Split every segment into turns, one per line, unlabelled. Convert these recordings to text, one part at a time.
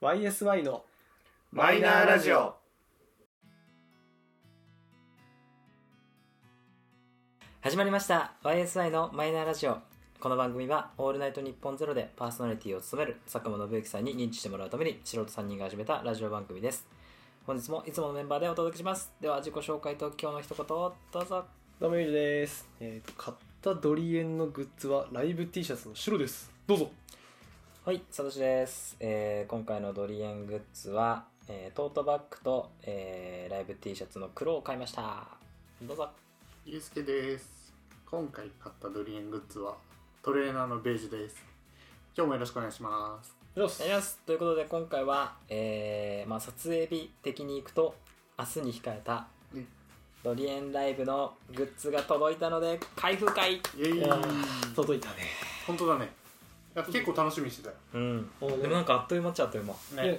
YSY の
マイナーラジオ。
始まりました YSI のマイナーラジオこの番組は「オールナイトニッポンゼロでパーソナリティを務める佐久間信之さんに認知してもらうために素人3人が始めたラジオ番組です本日もいつものメンバーでお届けしますでは自己紹介と今日の一言をどうぞ
どうもゆうじです、えーと買ったドリエンのグッズはライブ T シャツの白ですどうぞ
はいサトシです、えー今回のドリエングッズは、えートートバッグと、えーライブ T シャツの黒を買いましたどうぞ
ゆうすけです今回買ったドリエングッズはトレーナーのベージュです今日もよろしくお願いします
よ
お願いしますということで今回は、えーまあ、撮影日的に行くと明日に控えた
うん
ドリエンライブのグッズが届いたので開封会
イエーイ
いやー届いたね
本当だねいや結構楽しみにしてたよ
うん
あの
でもなんかあっという間っちゃあっという間
いや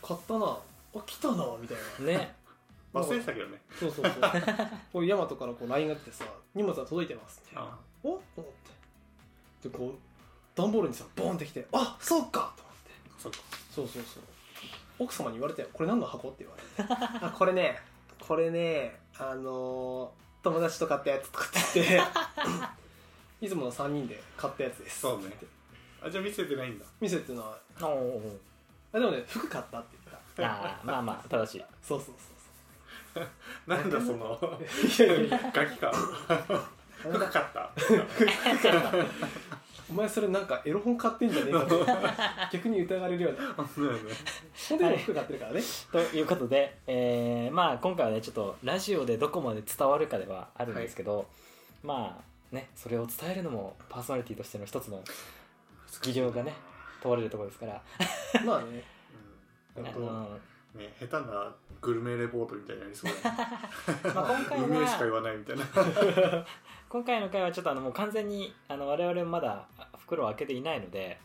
買ったなあ来たなみたいな
ね
忘れてたけどね
そう そうそうこうヤマトからこう LINE が来てさ荷物は届いてますみたいな
あ
おと思ってでこう段ボールにさボーンってきてあそうかと思って
そうか
そうそうそう奥様に言われたよこれ何の箱って言われてあこれねこれねあのー友達と買ったやつとかって言っていつもの3人で買ったやつです
そうねあじゃあ見せてないんだ
店っていうのは
おー
あでもね服買ったって言った
あーまあまあ正しい
そうそうそう
なんだその
そういやいやいや
ガキか深かった
お前それなんかエロ本買ってんじゃねえかと逆に疑われるような
そうだよね
ほんでも服買ってるからね、
ということで、えーまあ今回はねちょっとラジオでどこまで伝わるかではあるんですけど、まあねそれを伝えるのもパーソナリティとしての一つの技量がね問われるところですから、
まあね
うん
あ
本
の
当ね下手なグルメレポートみたいになりそうだね
まあ、今回
うめえしか言
は
わないみたいな
今回の回はちょっとあのもう完全にあの我々もまだあ袋を開けていないので、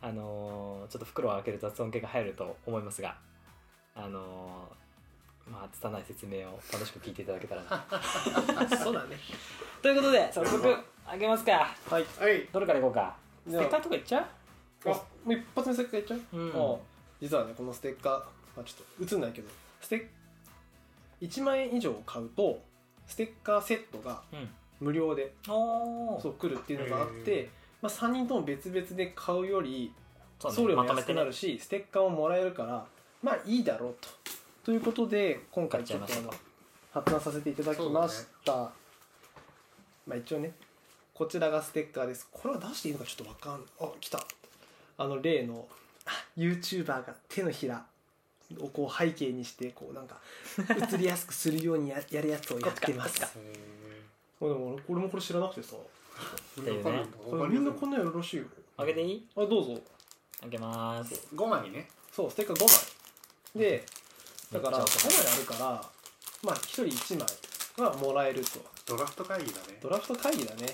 あのーちょっと袋を開ける雑音系が入ると思いますが、あのーまあ拙い説明を楽しく聞いていただけたらな
そうだね
ということ で早速開けますか
はい
はい
どれからいこうかス
じ
テ
ゃあ
ッカーとかいっちゃ
あもう一発目先からいっちゃう
う、うん、
もう実はねこのステッカー、まあ、ちょっと映んないけどステッ1万円以上買うとステッカーセットが
うん
無料で
おー
そう来るっていうのがあっ
へ
て、まあ、3人とも別々で買うより
そうね
送料も
まとめ
安
て
く
ね
なるし、ステッカーももらえるからまあいいだろうと。ということで今回ちょっとあの発案させていただきました、まあ一応ねこちらがステッカーですこれは出していいのかちょっとわかんないあ来たあの例のあ YouTuber が手のひらをこう背景にしてこうなんか映りやすくするように ややるやつをやってます
こっ
え
あでも俺俺もこれ知らなくてさ
ー
っていうね
わかるだ
これみんなこんなのやるらしいよ
開けていい
あどうぞ
開けます
5枚ね
そうステッカー5枚でだから
め
5
っちゃお得
枚あるからまあ1人1枚はもらえると
ドラフト会議だね
ドラフト会議だね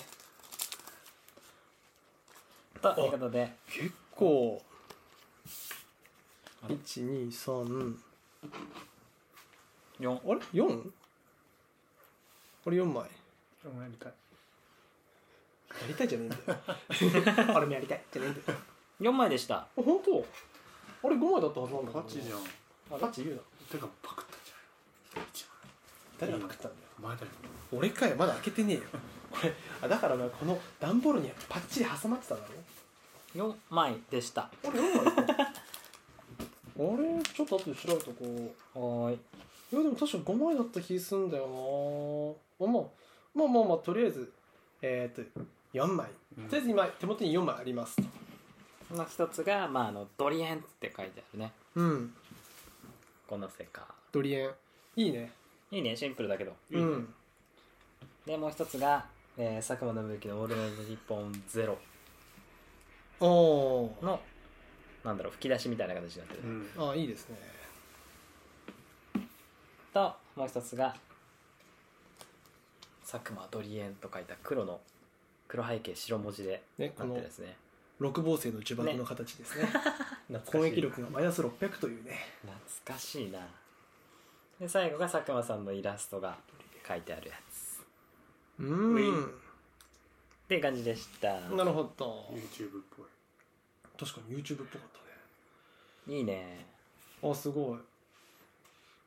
ということで
結構
あれ
123
4
あれ 4? これ4枚や
今日もやりたい
りたいじゃねえんだ よあれもやりたいじゃねえんだよ
4枚でした
あ本当あれ5枚だったはずなんだ
パチじゃん
んパチ言うな
てかパクったじゃん一番
誰が食ったんだよ
お前だよ
俺かよまだ開けてねえよこれあだからなこの段ボールにパッチリ挟まってただろ
4枚でした
あれ4枚かあれちょっと後で調べとこう
おーい
いやでも確か5枚だった気すんだよなあまあまあまあまあとりあえずえー、っと4枚
うん
とりあえず今手元に4枚ありますと
の一つが、まあ、あのドリエンって書いてあるね
うん
このステッカ
ドリエンいいね
ーいいねシンプルだけど
いいね
うん
でもう一つが、えー佐久間信之の「オールナイトニッポンゼロ
おお
のなんだろう吹き出しみたいな形になってる、
うん
ああいいですね
ともう一つが佐久間ドリエンと書いた黒の黒背景白文字で
ね
な
こ
って
の
るですね
六芒星の呪縛の形ですね 攻
懐かし
撃
い
力がマイナス600というね
懐かしいなで最後が佐久間さんのイラストが書いてあるやつ
う
ー
っていう感じでした
なるほど
YouTube っぽい
確かに YouTube っぽかったね
いいね
あすごい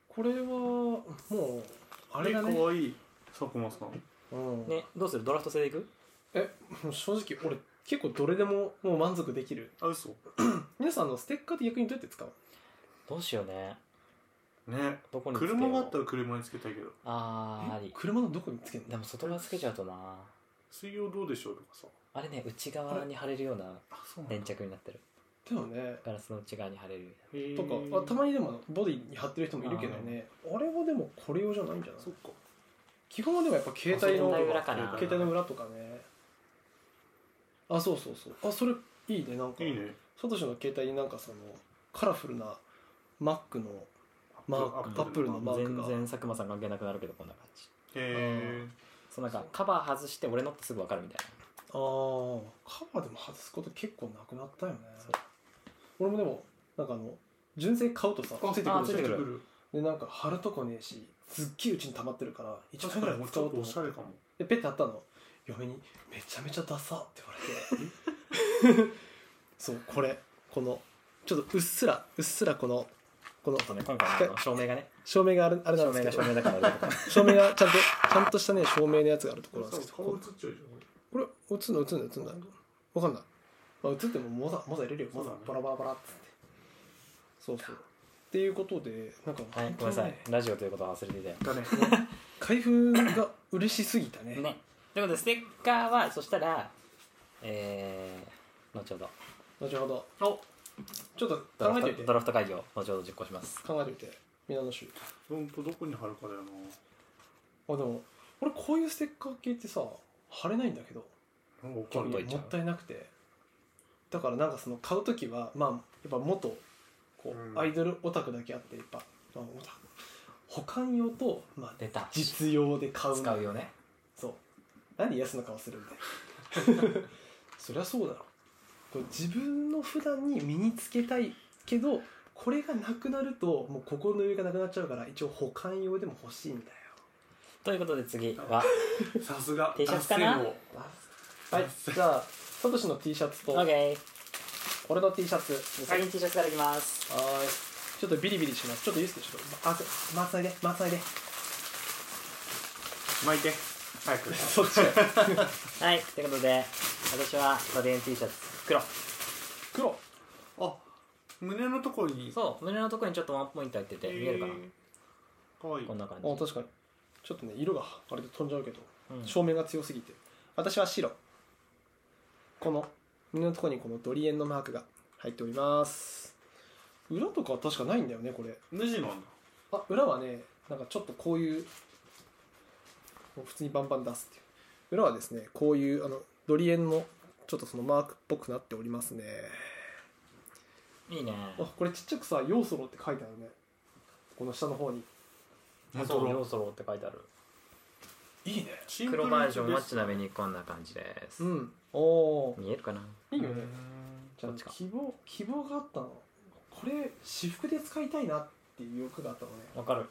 これはもうあれだね
え、かわいい佐久間さん
うん
ね、どうするドラフト制でいく
えもう正直俺結構どれでももう満足できる
あ嘘
皆さんのステッカーって逆にどうやって使う
どうしようね。
ね
どこにつけよう
車があったら車につけたいけど
あー、あ
え
り。
車のどこにつけるん
で
だ
も外側つけちゃうとな。
水曜どうでしょうとかさ
あれね、内側に貼れるような
あそうなん
粘
だ
着になってる。
だよね
ガラスの内側に貼れるみたい
へー
とかあたまにでもあのボディに貼ってる人もいるけどねあれはでもこれ用じゃないんじゃない
そっか
基本はでもやっぱ携帯の
あそう携帯裏かな
携帯の裏とかねあそうそうそうあそれいいねなんか
いいね
サトシの携帯になんかそのカラフルな Mac のマークアップルのマ
な。
ーク
全
が
然佐久間さん関係なくなるけど、こんな感じ。
へえ
そうなんかカバー外して俺のってすぐ分かるみたい
あーカバーでも外すこと結構なくなったよね俺もでもなんかあの純正買うとさ
あ
ついてく
あ
る
つ
じ
い
ゃ
て
ん
く
で
る
なんか貼るとこねえしすっげえうちに溜まってるから1
確
枚
か
ぐら
に
い
もうち
使お
ょ
う
っ
と
と
思
お
っ
しゃれかも
てでペッて貼ったの嫁に「めちゃめちゃダサ」って言われてそうこれこのちょっとうっすらうっすらこのこの
な。あとね、今回のあの照明がね、
照明があるあれなん
照
です
明
けど
が照明だからね
照明がちゃんとちゃんとしたね照明のやつがあるところなんですけ
さ
ど
顔映っちゃうじ
これ映んの映んの映んないわかんない、まあ、映ってもモザモザ入れるよモザ
そうだね
バラバラバラっつってそうそうっていうことでなんか
はい、ごめんなさい。ラジオということは忘れていたよ。
ゃんだね
開封が嬉しすぎたね
ね。ということで、ステッカーは、そしたら、えー、後ほど。
後ほど
お
ちょっと
ドラ
考え
フ
ておい
ト
て
ド
考
ラフト会議を後ほど実行します。
えておいて皆の衆
ほんとどこに貼るかだよな
あでも俺こういうステッカー系ってさ貼れないんだけど
なんか
ちょ
わか
っ
ん
と
ない
置いちゃ
も
う
ったいなくてだからなんかその買う時はまあやっぱ元こう、
うん
アイドルオタクだけあってやっぱ、まあ、オタク保管用と、まあ、
出た。
実用で買うの
使うよね。
そう何安な顔するみたいな そりゃそうだろこう自分の普段に身につけたいけどこれがなくなるともう心の余裕がなくなっちゃうから一応保管用でも欲しいんだよ
ということで次は、
さすが
T シャツかな
脱線
はいじゃあサトシの T シャツと
OK。
俺の T シャツ
先に T シャツからいきます。
はーい。ちょっとビリビリします。ちょっといいですかちょっと、ま、あ、回さないで、回さないで。
を巻いて早く
そっちや。
はい、ということで、私はバデン T シャツ、黒。
黒。
あ胸のところに
そう、胸のところにちょっとワンポイント入ってて、
へー
見えるかな
かわいい
こんな感じ。
あ、確かに。ちょっとね、色があれで飛んじゃうけど、
うん
照明が強すぎて。私は白。この、胸のところにこのドリエンのマークが入っております。裏とかは確かないんだよね、これ。
無地なんだ
あ、裏はね、なんかちょっとこういう、もう普通にバンバン出すっていう。裏はですね、こういう、あの、ドリエンの、ちょっとそのマークっぽくなっておりますね。
いいね。
あこれちっちゃくさ「要素ロって書いてあるねこの下の方に
あ
本当だ
そう、ヨーソローって書いてある。
いいね
シンプル
黒
な
バー
やつ
ジ
で
ョ
す
ンマッチな目にこんな感じです。
うんおー
見えるかない
いよね
うん
じゃあ
こっちか
希望希望があったのこれ私服で使いたいなっていう欲があったのね
わかる。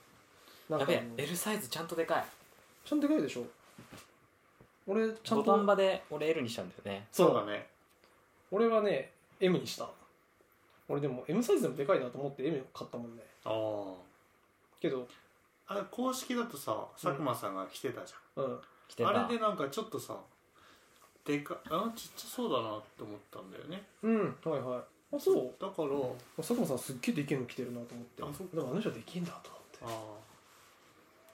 なん
や
か
べ
あ
え
の、ち
L サイズちゃんとでかい。
ゃんとでかいでしょ俺ちゃん
土壇
と
場で俺 L にしたんだよね。
そ
そううだね
俺はね M にした俺でも M サイズでもでかいなと思って M 買ったもんね
あー
けど
あ公式だとさ佐久間さんが着てたじ
うん
着
ゃ
て
ん、
た。
あれでなんかちょっとさでかあちっちゃそうだなって思ったんだよね
うんはいはいあそう
だから、
佐久間さんすっげえでけえの着てるなと思って
あそっか
でもあの人できんだと思って
あ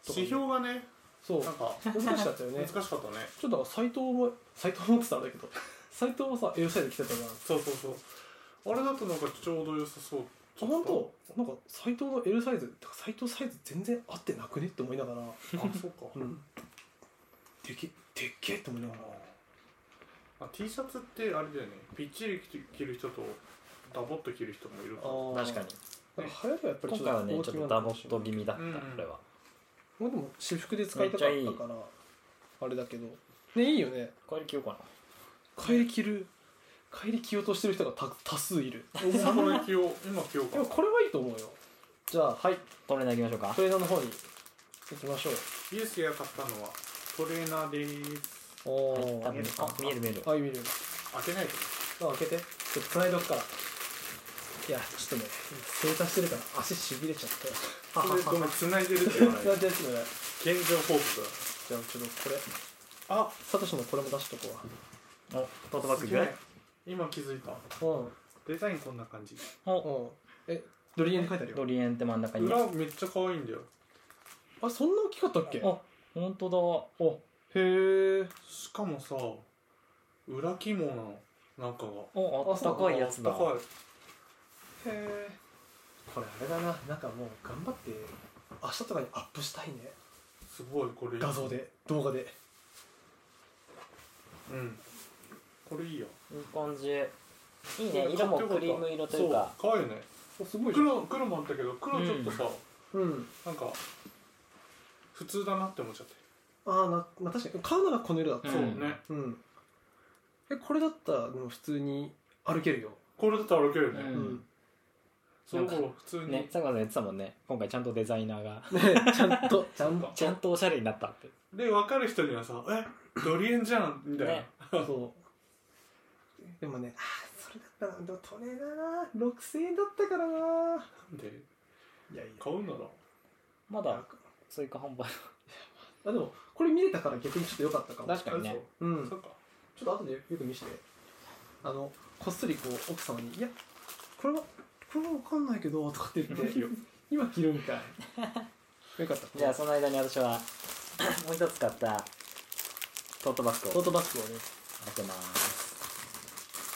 ー指標がね
そう
なんか
難しかったよね
難しかったね
ちょっと斎藤も斎藤もって言ったらあれだけど斎藤はさ L サイズ着てたじゃんあ
そうそうそうあれだとなんかちょうど良さそうちょっ
本当なんか斎藤の L サイズてか斎藤サイズ全然合ってなくねって思いながら、
と あそうか
うん、でけでっけえって思いながら
あ T シャツってあれだよねぴっちり着る人とダボっと着る人もいるから
あ
確かに。
なんか流行りはやっぱり
今回はね、ちょっとダボット
ギ
気味だった、
うんうん
これは。
まあでも私服で使いたかったからあれだけどねいいよね
これ着ようかな。
帰り着る帰り着ようとしてる人がた多数いる
さこれ 着よう今着よう
で
か
もこれはいいと思うよじゃあはい
トレーナー行きましょうか
ト。レーナーの方に行きましょう
イエスが買ったのはトレーナーです
お
はい
ー
多分あ、見える見える。
あ見える
開けないと
あ開けてちょっと繋いでおくからいやちょっとね正座してるから足しびれちゃって
それごめん繋いでるって言わない
それでちょっとね
現状報告だ
じゃあちょっとこれあサトシのこれも出しとこ
おトートバッグいくね
今気づいた
うわ
デザインこんな感じ
お
うんうんえドリエンで書いてある
ド
よ
リエンって真ん中に
裏めっちゃ可愛いんだよ
あそんな大きかったっけへ
お本当だお
え
しかもさ裏肝なの中が
おあったかいやつだ
あったかい
へえこれあれだななんかもう頑張って明日とかにアップしたいね
すごいこれいい
画像で動画で
うんこれいいや
いい感じいいね色もクリーム色というか
そう可愛いね
すご
黒黒もあったけど黒ちょっとさ、
うん
なんか普通だなって思っちゃって
ああな、まあ、確かに買うならこの色だった
うん
ね
うんえこれだったらでも普通に歩けるよ
これだったら歩けるよね、
うん
うん
その頃普通に、
ね佐久間さん言ってたもんね今回ちゃんとデザイナーが
ねちゃんと ちゃんと
ちゃんとおしゃれになったって
で分かる人にはさ「えドリエンじゃん」みたいな、
ね
そうでもねああそれだったらでもトレーナーな6000円だったからな
で
いやい
買うなら
ま
や
だ追加販売
あでもこれ見れたから逆にちょっと良かったかも
確かにね
う
あ
ん
そうそっか
ちょっと後でよく見せてあのこっそりこう奥様に「いやこれはこれは分か んないけど」とかって言って「今着るん かい」よかった
じゃあその間に私は もう一つ買ったトートバッグ
ト
を
ートバッグをね
開けます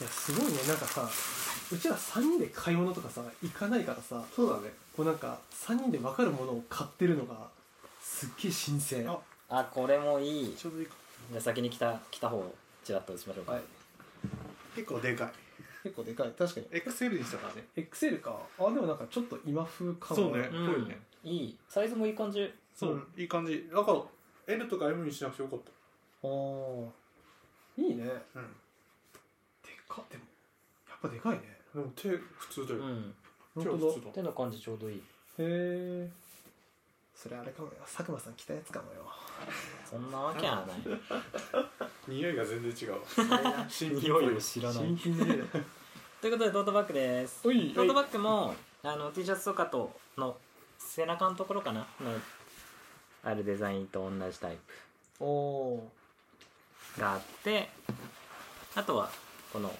いやすごいねなんかさうちら3人で買い物とかさ行かないからさ
そうだね
こうなんか3人で分かるものを買ってるのがすっげえ新鮮
あ
あこれもいい
ちょうどいいか
じゃあ先に来た来た方をちらっと打ちましょうか、
はい
結構でかい
結構でかい確かに
XL にしたからね
XL かあでもなんかちょっと今風かも
そうね
うん
ぽいね
いいサイズもいい感じ
そう、
うん
いい感じだから L とか M にしなくてよかっ
あーいいねでか
たうん
でもやっぱでかいね
でも手普通だ
う
よ、
ん
本
手は
当だ
普通だ
手の感じちょうどいい
へえそれあれかもよ佐久間さん着たやつかもよ
そんなわけはない
匂いが全然違うわ 新
匂いを知らない
品で
ということでトートバッグです
おい
トートバッグもあの T シャツとかとの背中のところかなのあるデザインと同じタイ
お お
プがあってあとはこの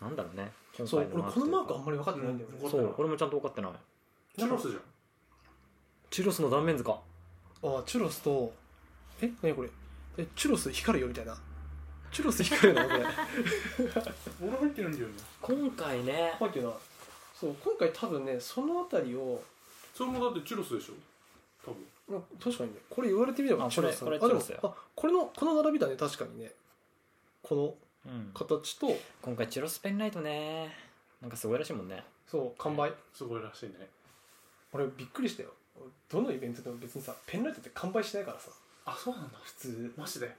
なんだろうね
ー
今
そう
回の
俺
マーク
こと
い
のマ
うか
ークあんまり分かってないんだよね、
うん
そう俺もちゃんと分かってない
チュロスじゃん
チュロスの断面図か
ああチュロスとえ何これえチュロス光るよみたいなチュロス光るなこ れ
俺入ってるんだよね
今回ね
だけどそう今回多分ねその辺りを
それもだってチュロスでしょ多分
まあ確かにねこれ言われてみれば
あこれ
だ
これ
あでも
チュロス
あこれのこの並びだね確かにねこの
うん
形と
今回チュロスペンライトねなんかすごいらしいもんね
そう完売
すごいらしいね
俺びっくりしたよどのイベントでも別にさペンライトって完売しないからさ
あそうなんだ
普通
マジで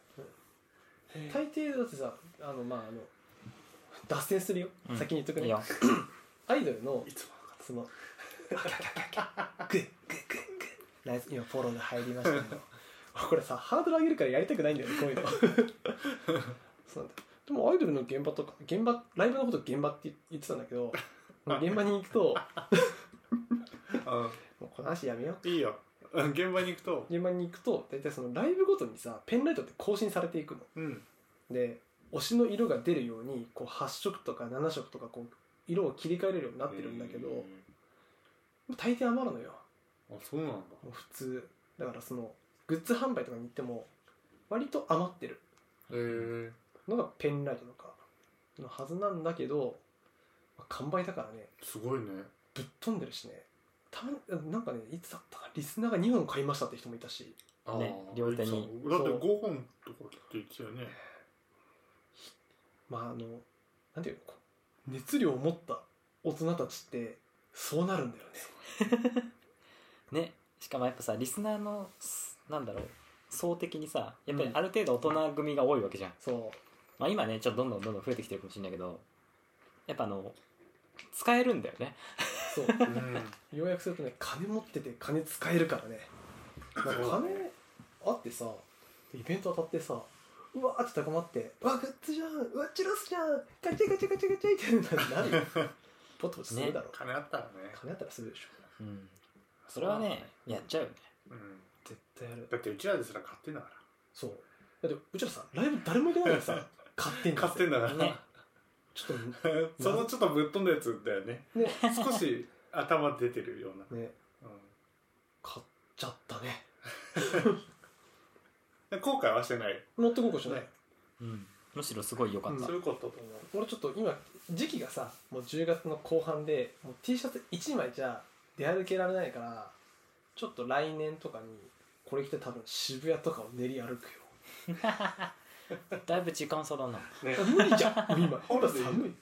大抵だってさあのまああの脱線するよ、
うん
先に言っとく
いい
ね
よ
アイドルの
いつものか
そのグッグッグッグッナイス今フォローが入りましたけどこれさハードル上げるからやりたくないんだよねこういうのそうなんだでもアイドルの現場とか現場ライブのこと現場って言ってたんだけど現場に行くともうこの話やめよう
うんいいようん現場に行くと
現場に行くと大体そのライブごとにさペンライトって更新されていくの
うん
で推しの色が出るようにこう8色とか7色とかこう色を切り替えれるようになってるんだけど、
う
大抵余るのよ
あそうなんだ
もう普通だからそのグッズ販売とかに行っても割と余ってる
へえ
のがペンライトとかのはずなんだけど、まあ完売だからね
すごいね
ぶっ飛んでるしねたまなんかねいつだったかリスナーが2本買いましたって人もいたし
あー
ね両手に
そうだって
そう
5本とかきっと言ってたよね
まああのなんていうのこう熱量を持った大人たちってそうなるんだよね
ねしかもやっぱさリスナーのすなんだろう層的にさやっぱりある程度大人組が多いわけじゃん、
そ
まあ、今ねちょっとどんどんどんどん増えてきてるかもしれないけどやっぱあの使えるんだよね
うそう
う
要約するとね金持ってて金使えるからねなんか
そうだ
金あってさイベント当たってさうわーって高まって「うわグッズじゃんうわチュロスじゃんガチャガチャガチャガチャ」ってなるなる ポチポチするだろ、
金あったらね
金あったらするでしょ
うん、それはねやっちゃうよね
うん
絶対やる
だってうちらですら買ってんだか
そうだってうちらさライブ誰も行かないからさ買ってん
ら
だ
買ってんだか
ね
ら
ちょっ
そのちょっとぶっ飛んだやつだよね
とね
少し頭出てるような、
ね
う
買っちゃったね
ん、後悔はしてない
乗ってこうかしない
うん、むしろすごい良かった、
うん
そういうことと思
俺ちょっと今時期がさもう10月の後半でもう T シャツ1枚じゃ出歩けられないからちょっと来年とかにこれ着て多分渋谷とかを練り歩くよ
だいぶ時間差だな
うね
無理じゃん今
俺
今
らでいい
寒い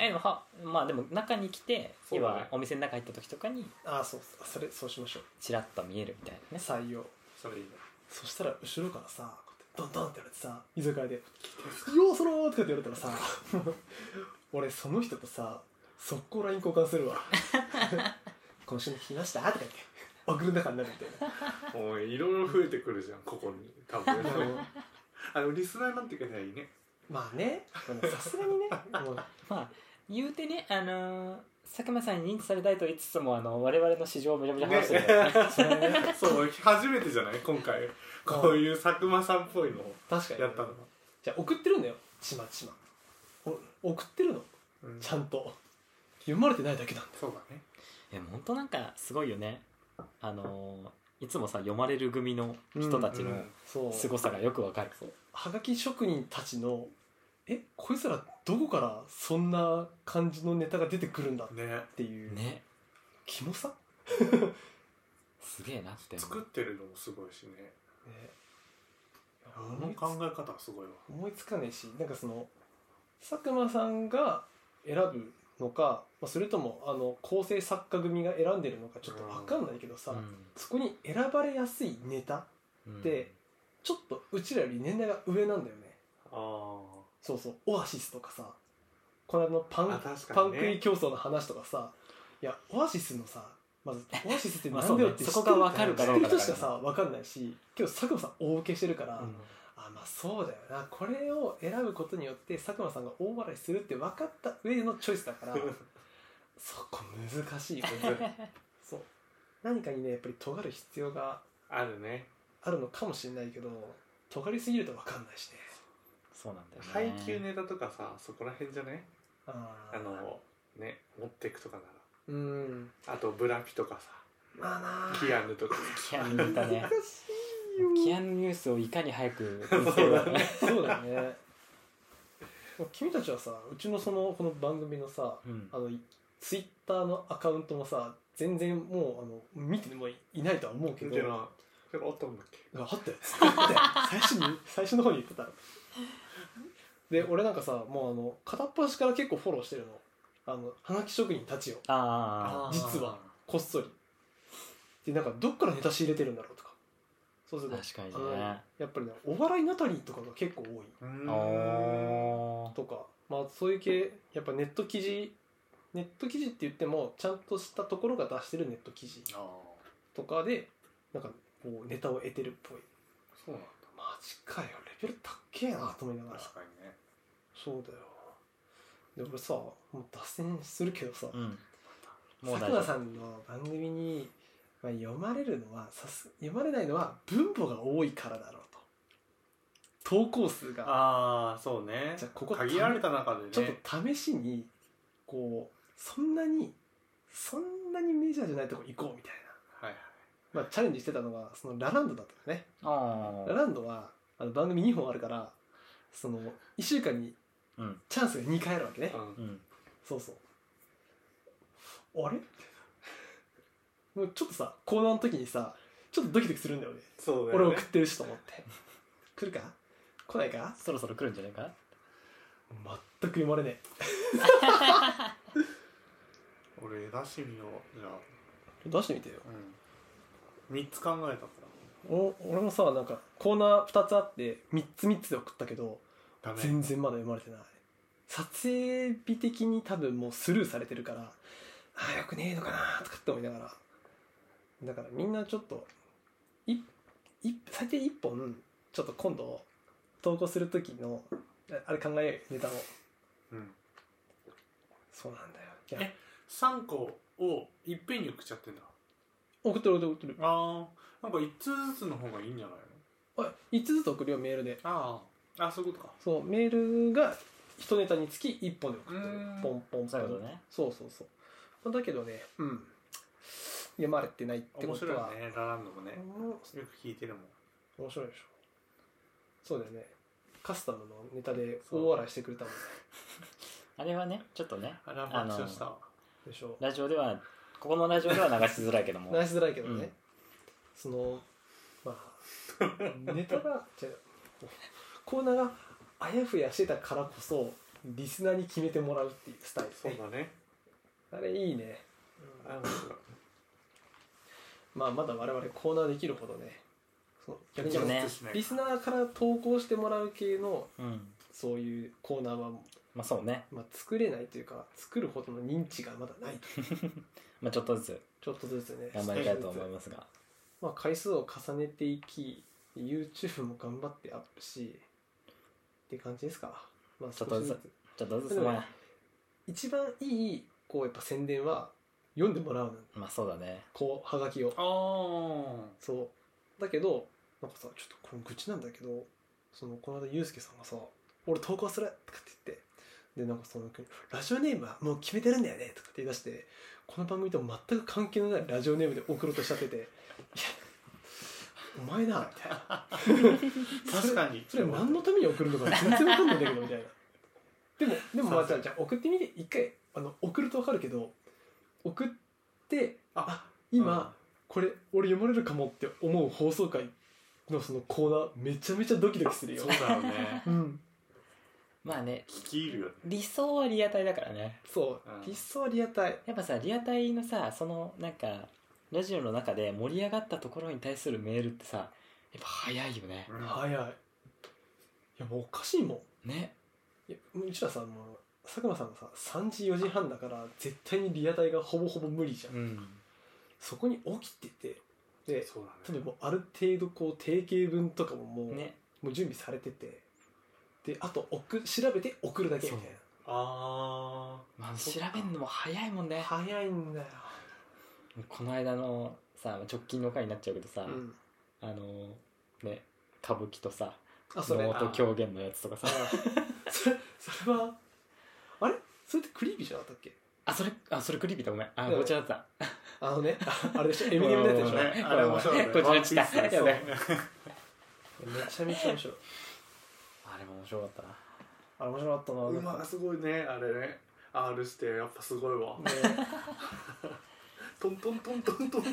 えでもはまあでも中に来て
そうだね
今お店の中入った時とかに
ああそうそれそうしましょう
チラッと見えるみたいなね
採用
それいいね
そしたら後ろからさこうやってドンドンってやられてさ居酒屋で「ようそろー!」とかって言われたらさ 俺その人とさ速攻 LINE 交換するわ「今週も聞きました?」とか言って送る中になるみたいな
おいいろいろ増えてくるじゃんここに多分
あ の
あのリスナーなんて言うかいいね
まあねでもさすがに ねもう
まあ言うてねあのー佐久間さんに認知されたいと言いつつもあの我々の市場をめちゃめちゃ話してるからね
それはね
そう初めてじゃない今回こういう佐久間さんっぽいのを
確かに
やったのは、
じゃあ送ってるんだよちまちまお送ってるの
うん
ちゃんと読まれてないだけなんだ
そうだね
いや本当なんかすごいよねあのーいつもさ読まれる組の人たち
う
の
ん
そう
凄さがよくわかる、
はがき職人たちのえこいつらどこからそんな感じのネタが出てくるんだっ
ね
ていう、
ね
キモさ、
すげえなって思う
作ってるのもすごいしね
ね、いや
あの考え方はすごいわ
思いつかねえしなんかその佐久間さんが選ぶのか、まあ、それともあの構成作家組が選んでるのかちょっと分かんないけどさ、そこに選ばれやすいネタ
うん
でちょっとうちらより年代が上なんだよね
あ
そうそうオアシスとかさこの間のパン
あ確
パ
か
ン
に
食い
ね
競争の話とかさいやオアシスのさまずオアシスって
まあ
何だよっ
そう
て
ねそこが分かるかどうかだ
知って
からね
る人しかさ分かんないし今日佐久間さん大受けしてるから、 あまあそうだよなこれを選ぶことによって佐久間さんが大笑いするって分かった上のチョイスだ からそこ難しいよねそう何かにねやっぱり尖る必要が
あるね
あるのかもしれないけど尖りすぎると分かんないしね
そうなんだよね
配給ネタとかさそこら辺じゃね
あー
あのね持ってくとかな
うん
らあとブラピとかさ
まあな
キアヌとか
キアヌ見たね
難しい
キ
よ
アヌニュースをいかに早く見せるかね
そうだよね君たちはさうちのそのこの番組のさ
うん
あのツイッターのアカウントもさ全然もうあの見てもいないとは思うけ
み
ど
たいなそれがあったんだっけ
あったよ作ったよ最初に最初の方に言ってたで俺なんかさもうあの片っ端から結構フォローしてるのあのはがき職人たちを
あ
ー実はこっそりでなんかどっからネタ仕入れてるんだろうとかそうす
あ
ると
確かに
あの
ね
やっぱりねお笑いナタリーとかが結構多いう
あ
ーん
ー
とかまあそういう系やっぱネット記事ネット記事って言ってもちゃんとしたところが出してるネット記事
ああ
とかでなんかこうネタを得てるっぽい
そうなんだ
マジかよレベル高えなと思いながら
確かにね
そうだよで俺さもう脱線するけどさ、
うんもう
佐久
大丈
間
夫
さんの番組に、まあ、読まれるのはさす読まれないのは分母が多いからだろうと投稿数が
ああそうね
じゃあここ
限られた中でね
ちょっと試しにこうそんなにそんなにメジャーじゃないとこ行こうみたい
はいはい
な、まあ、チャレンジしてたのがそのラランドだったよね、
あ
ラ
ー
ランドはあの番組2本あるからその1週間に
うん
チャンスが2回あるわけね、
うん
うん
そうそうあれもうちょっとさコーナーの時にさちょっとドキドキするんだよね
そうだ
俺
よね
送ってるしと思って来るか来ないか
そろそろ来るんじゃないか
全く読まれね
俺出してみようじゃあ
え出してみてよ
うん3つ考えたか
お俺もさなんかコーナー2つあって3つ3つで送ったけど
らダメ
全然まだ読まれてない撮影日的に多分もうスルーされてるからああよくねえのかなとかって思いながらだからみんなちょっといい最低1本ちょっと今度投稿する時のああれ考えようよネタも
うん
そうなんだよいや
え3個をいっぺんに送っちゃってんだ
送ってる送ってる送ってる
ああんか1通ずつの方がいいんじゃないの
あ一つずつ送るよメールで
あああそういうことか
そうメールが一ネタにつき一本で送ってる
うん
ポンポンポン
そういうことね
そうそうそうまあだけどねうん読まれてないって
面
こと
白いよ
は
ねラランドもねよ
うん
く聞いてるもん
面白いでしょそうだよねカスタムのネタで大笑いしてくれたもんね
あれはねちょっとね
あランドしたわ
でしょ
ラジオではここのラジオでは流しづらいけ ども
話しづらいけどね、
うん
そのまあネタが 違うコーナーがあやふやしてたからこそリスナーに決めてもらうっていうスタイル
だ
ね
ね
あれいいね、うん
あ面白い
まあまだ我々コーナーできるほどねその逆に
そうね
リスナーから投稿してもらう系の
うん
そういうコーナーは、
まあそうね
まあ、作れないというか作るほどの認知がまだないと
まあちょっとずつ
ちょっとずつね
頑張りたいと思いますが
まあ、回数を重ねていき YouTube も頑張ってアップしって感じですか、まあ、
ちょっとずつ
少し
ちょっとずつね
一番いいこうやっぱ宣伝は読んでもらうの
まあそうだね
こうはがきを
ああ
そうだけどなんかさちょっとこの愚痴なんだけどそのこの間ユうスケさんがさ「俺投稿する!」とかって言ってでなんかそのラジオネームはもう決めてるんだよね」とかって言い出してこの番組と全く関係のないラジオネームで送ろうとしちゃってて「いやお前な」みたいな。
確かに
それ何のために送るのか全然わかんないんだけどみたいなでもでもまあじゃあじゃあ送ってみて一回あの送るとわかるけど送って
あ
今、これ俺読まれるかもって思う放送回のそのコーナーめちゃめちゃドキドキする
うん
よ
そうだよ ね
うん
まあね
聞き入るよね
理想はリアタイだからね
そう、
うん
理想はリアタイ
やっぱさリアタイのさそのなんかラジオの中で盛り上がったところに対するメールってさやっぱ早いよね
うん
早いいやもうおかしいも
ね
んいやうちらさもう佐久間さんがさ3時4時半だから絶対にリアタイがほぼほぼ無理じゃん、
うん
そこに起きててで
そう
多
だね
分もうある程度こう定型文とかももう,、
ね
もう準備されててであと送調べて送るだけみたい
あ
まあ
そっ
調
か
べんのも早いもん
な
ね
早いんだよ、
この間のさ直近の回になっちゃうけどさ、
うん、
あのね歌舞伎とさ
あそれ
能
あ
と狂言のやつとかさ
それそれはあれそれってクリービーじゃなかったっけ
あそれあそれクリーピーだごめんあ
うん
ごちゃだった
あのねああれでしょエミネムのやつでしょ
うん
め
ねあれ面白いよね
こっちの地だ
ワンピース
やばい
そう
ちゃめちゃ面白い
あれも面白かったな
あれ面白かったな
うまあすごいねあれね R してやっぱすごいわ
ね
トントントントントントン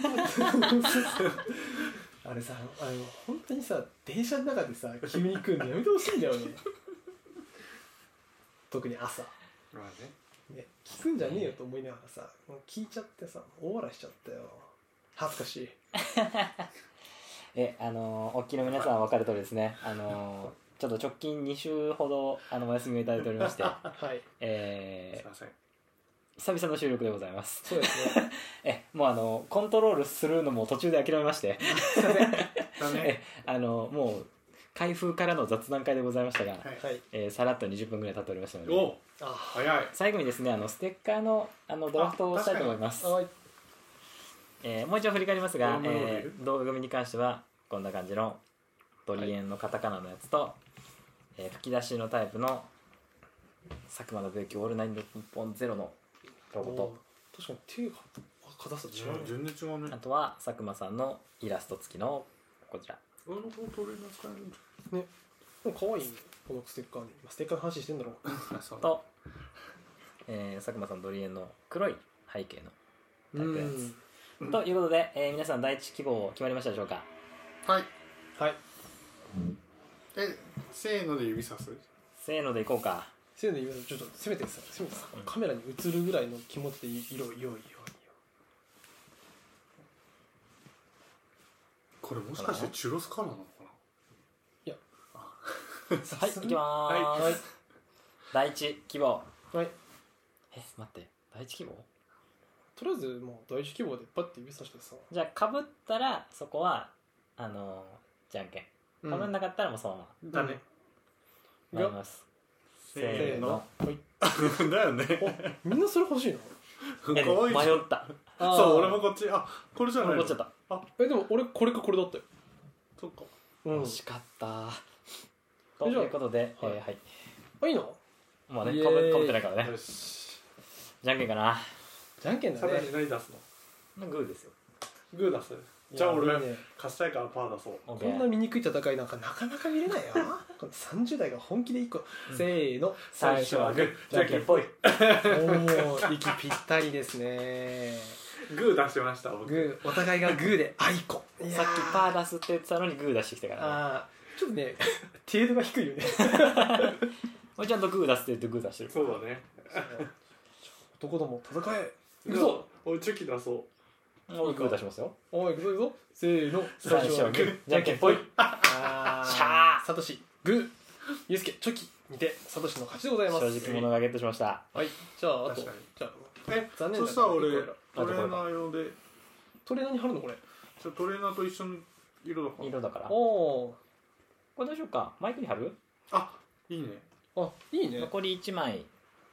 あれさあの本当にさ電車の中でさ急に来るのやめてほしいんだよね特に朝
まあね
ね、聞くんじゃねえよと思いながらさもう聞いちゃってさ大笑いしちゃったよ恥ずかしい
えあのおっきな皆さん分かる通りですねあのちょっと直近2週ほどあのお休みをいただいておりま して、
はい
え
すいません
ー、久々の収録でございます
そうですね
えもうあのコントロールするのも途中で諦めまして
だね
えあのもう開封からの雑談会でございましたが、
はい
はい
えーさらっと20分ぐらい経っておりましたので
お
あ
早い
最後にですねあのステッカーのあのドラフトをしたいと思います
あ、はい
えーもう一度振り返りますが
こ、れも読め
え
る
ー、動画組に関してはこんな感じのドリエンのカタカナのやつと、えー吹き出しのタイプの佐久間のブキオールナインド日本ゼロのロゴと
お確かに手があ硬さ違うね
全然違う
あ
ね
とは佐久間さんのイラスト付きのこちら
俺の方トレーナー使えるんじ
でも可愛いねこのステッカーね今ステッカーの話してんだろう
ゃんあそうだ
と、えー佐久間さんドリエンの黒い背景のタイプのや
うん
つということで、えー皆さん第一希望決まりましたでしょうか
はい
はい
えせーので指さす
せーのでいこうか
せーの言うのちょっとせめてさせめてさカメラに映るぐらいの気持ちで色を用意用意
これもしかしてチュロスカラーなのか
はい行きまーす、
はい
第一希望
はい
え待って第一希望
とりあえずもう第一希望でパッて指さしてさ
じゃあかぶったらそこはあのーじゃんけんかぶんなかったらもうそのまま、
なだね
参りますせーの
はい
だよね
おみんなそれ欲しいの
可
えでも
愛い
迷
じゃん
った
そう俺もこっちあこれじゃない
迷
の
っちゃった
えでも俺これかこれだったよ
そっか
うん
惜しかったとい
じゃあ
うことでえ
はい
ーはい
あいいの
まあね
イエーイ
かぶかぶってないからね
よし
じゃんけんかな
じゃんけんだ
さ
ね
らに何出すの
まあグーですよ
グー出すじゃあ
いや
俺
いいね
勝ちたいからパー出そう
オッケ
こんな
ー
醜い戦いなんかなかなか見れないよなこの30代が本気で一個せーの
最初はグーじゃんけんぽい
おお息ぴったりですね
グー出しました僕
グーお互いがグーであいこさっ
さっきパー出すって言ってたのにグー出してきたからね
あーちょっとね程度が低いよね
おいちゃんとグー出すって言ってグー出してる
そうだね
男ども戦え
グ
行く
ー
ぞ
おいチョキ出そう
もうグー出しますよ
おい行くぞ行くぞせーの
最初はグーじゃんけんぽい
あ
シャー
サトシグーユうスケチョキにてサトシの勝ちでございま
正
す
直者がゲットしました
はいじゃああと
確
じ
か
ゃ
に
あ
え
残念
そ
だ
したら俺
いくら
トレーナー用で
トレーナーに貼るのこれ
ちょトレーナーと一緒の色だから
色だから
お
こ
お
れどうしようかマイクに貼る
あいいね
ーあいいね
残り1枚、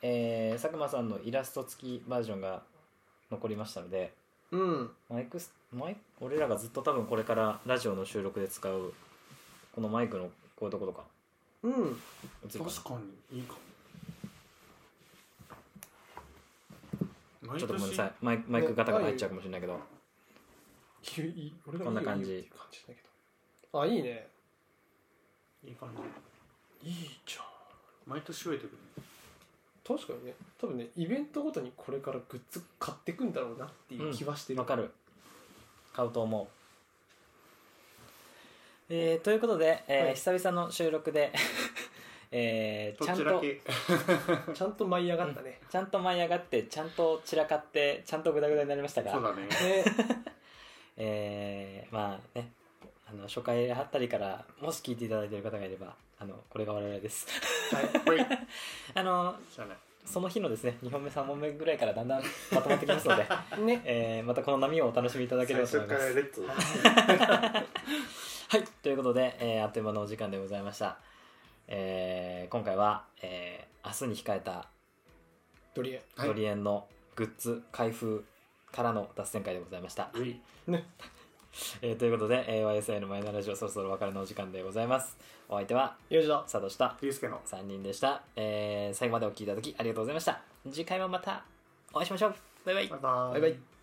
えー佐久間さんのイラスト付きバージョンが残りましたので
うん
マイクスマイ俺らがずっと多分これからラジオの収録で使うこのマイクのこういうとことか
うん
映る
確
かな
かにいいかも
ちょっとごめ
毎
んなさ
年
いマイクマイクガタガタ入っちゃうかもしれないけど
いいいい俺が
こんな感じ
いいよいいよっていう感じだけどあいいね
いい感じ
いいじゃん
毎年増えてくるね
確かにね多分ねイベントごとにこれからグッズ買ってくんだろうなっていう気はしてる、
わかる買うと思うえーということで、えー
はい
久々の収録で、 えー
ど
ちゃん
ちら
と
系
ちゃんと舞い上がったね、
ちゃんと舞い上がってちゃんと散らかってちゃんとグダグダになりました が
そうだね
ね
えーまあねあの初回あたりからもし聞いていただいている方がいればあのこれが我々です
はい
ほい
あの
じゃあね
その日のですね2本目3本目ぐらいからだんだんまとまってきますので、
ね
えーまたこの波をお楽しみい ただけ
最
ればと
初か
思い
ら
ま
レ
す
ッツ
はいということで、えーあっという間のお時間でございました、えー今回は、えー明日に控えた
ドリエ
はい
ドリエンのグッズ開封からの脱線会でございました、
うい
えーということで、えー YSI のマイナーラジオそろそろお別れのお時間でございますお相手は
よいしょ
佐藤した
ゆうすけの
3人でした、えー最後までお聞きいただきありがとうございました次回もまたお会いしましょうバイバイ
バイバーイ
バイバイ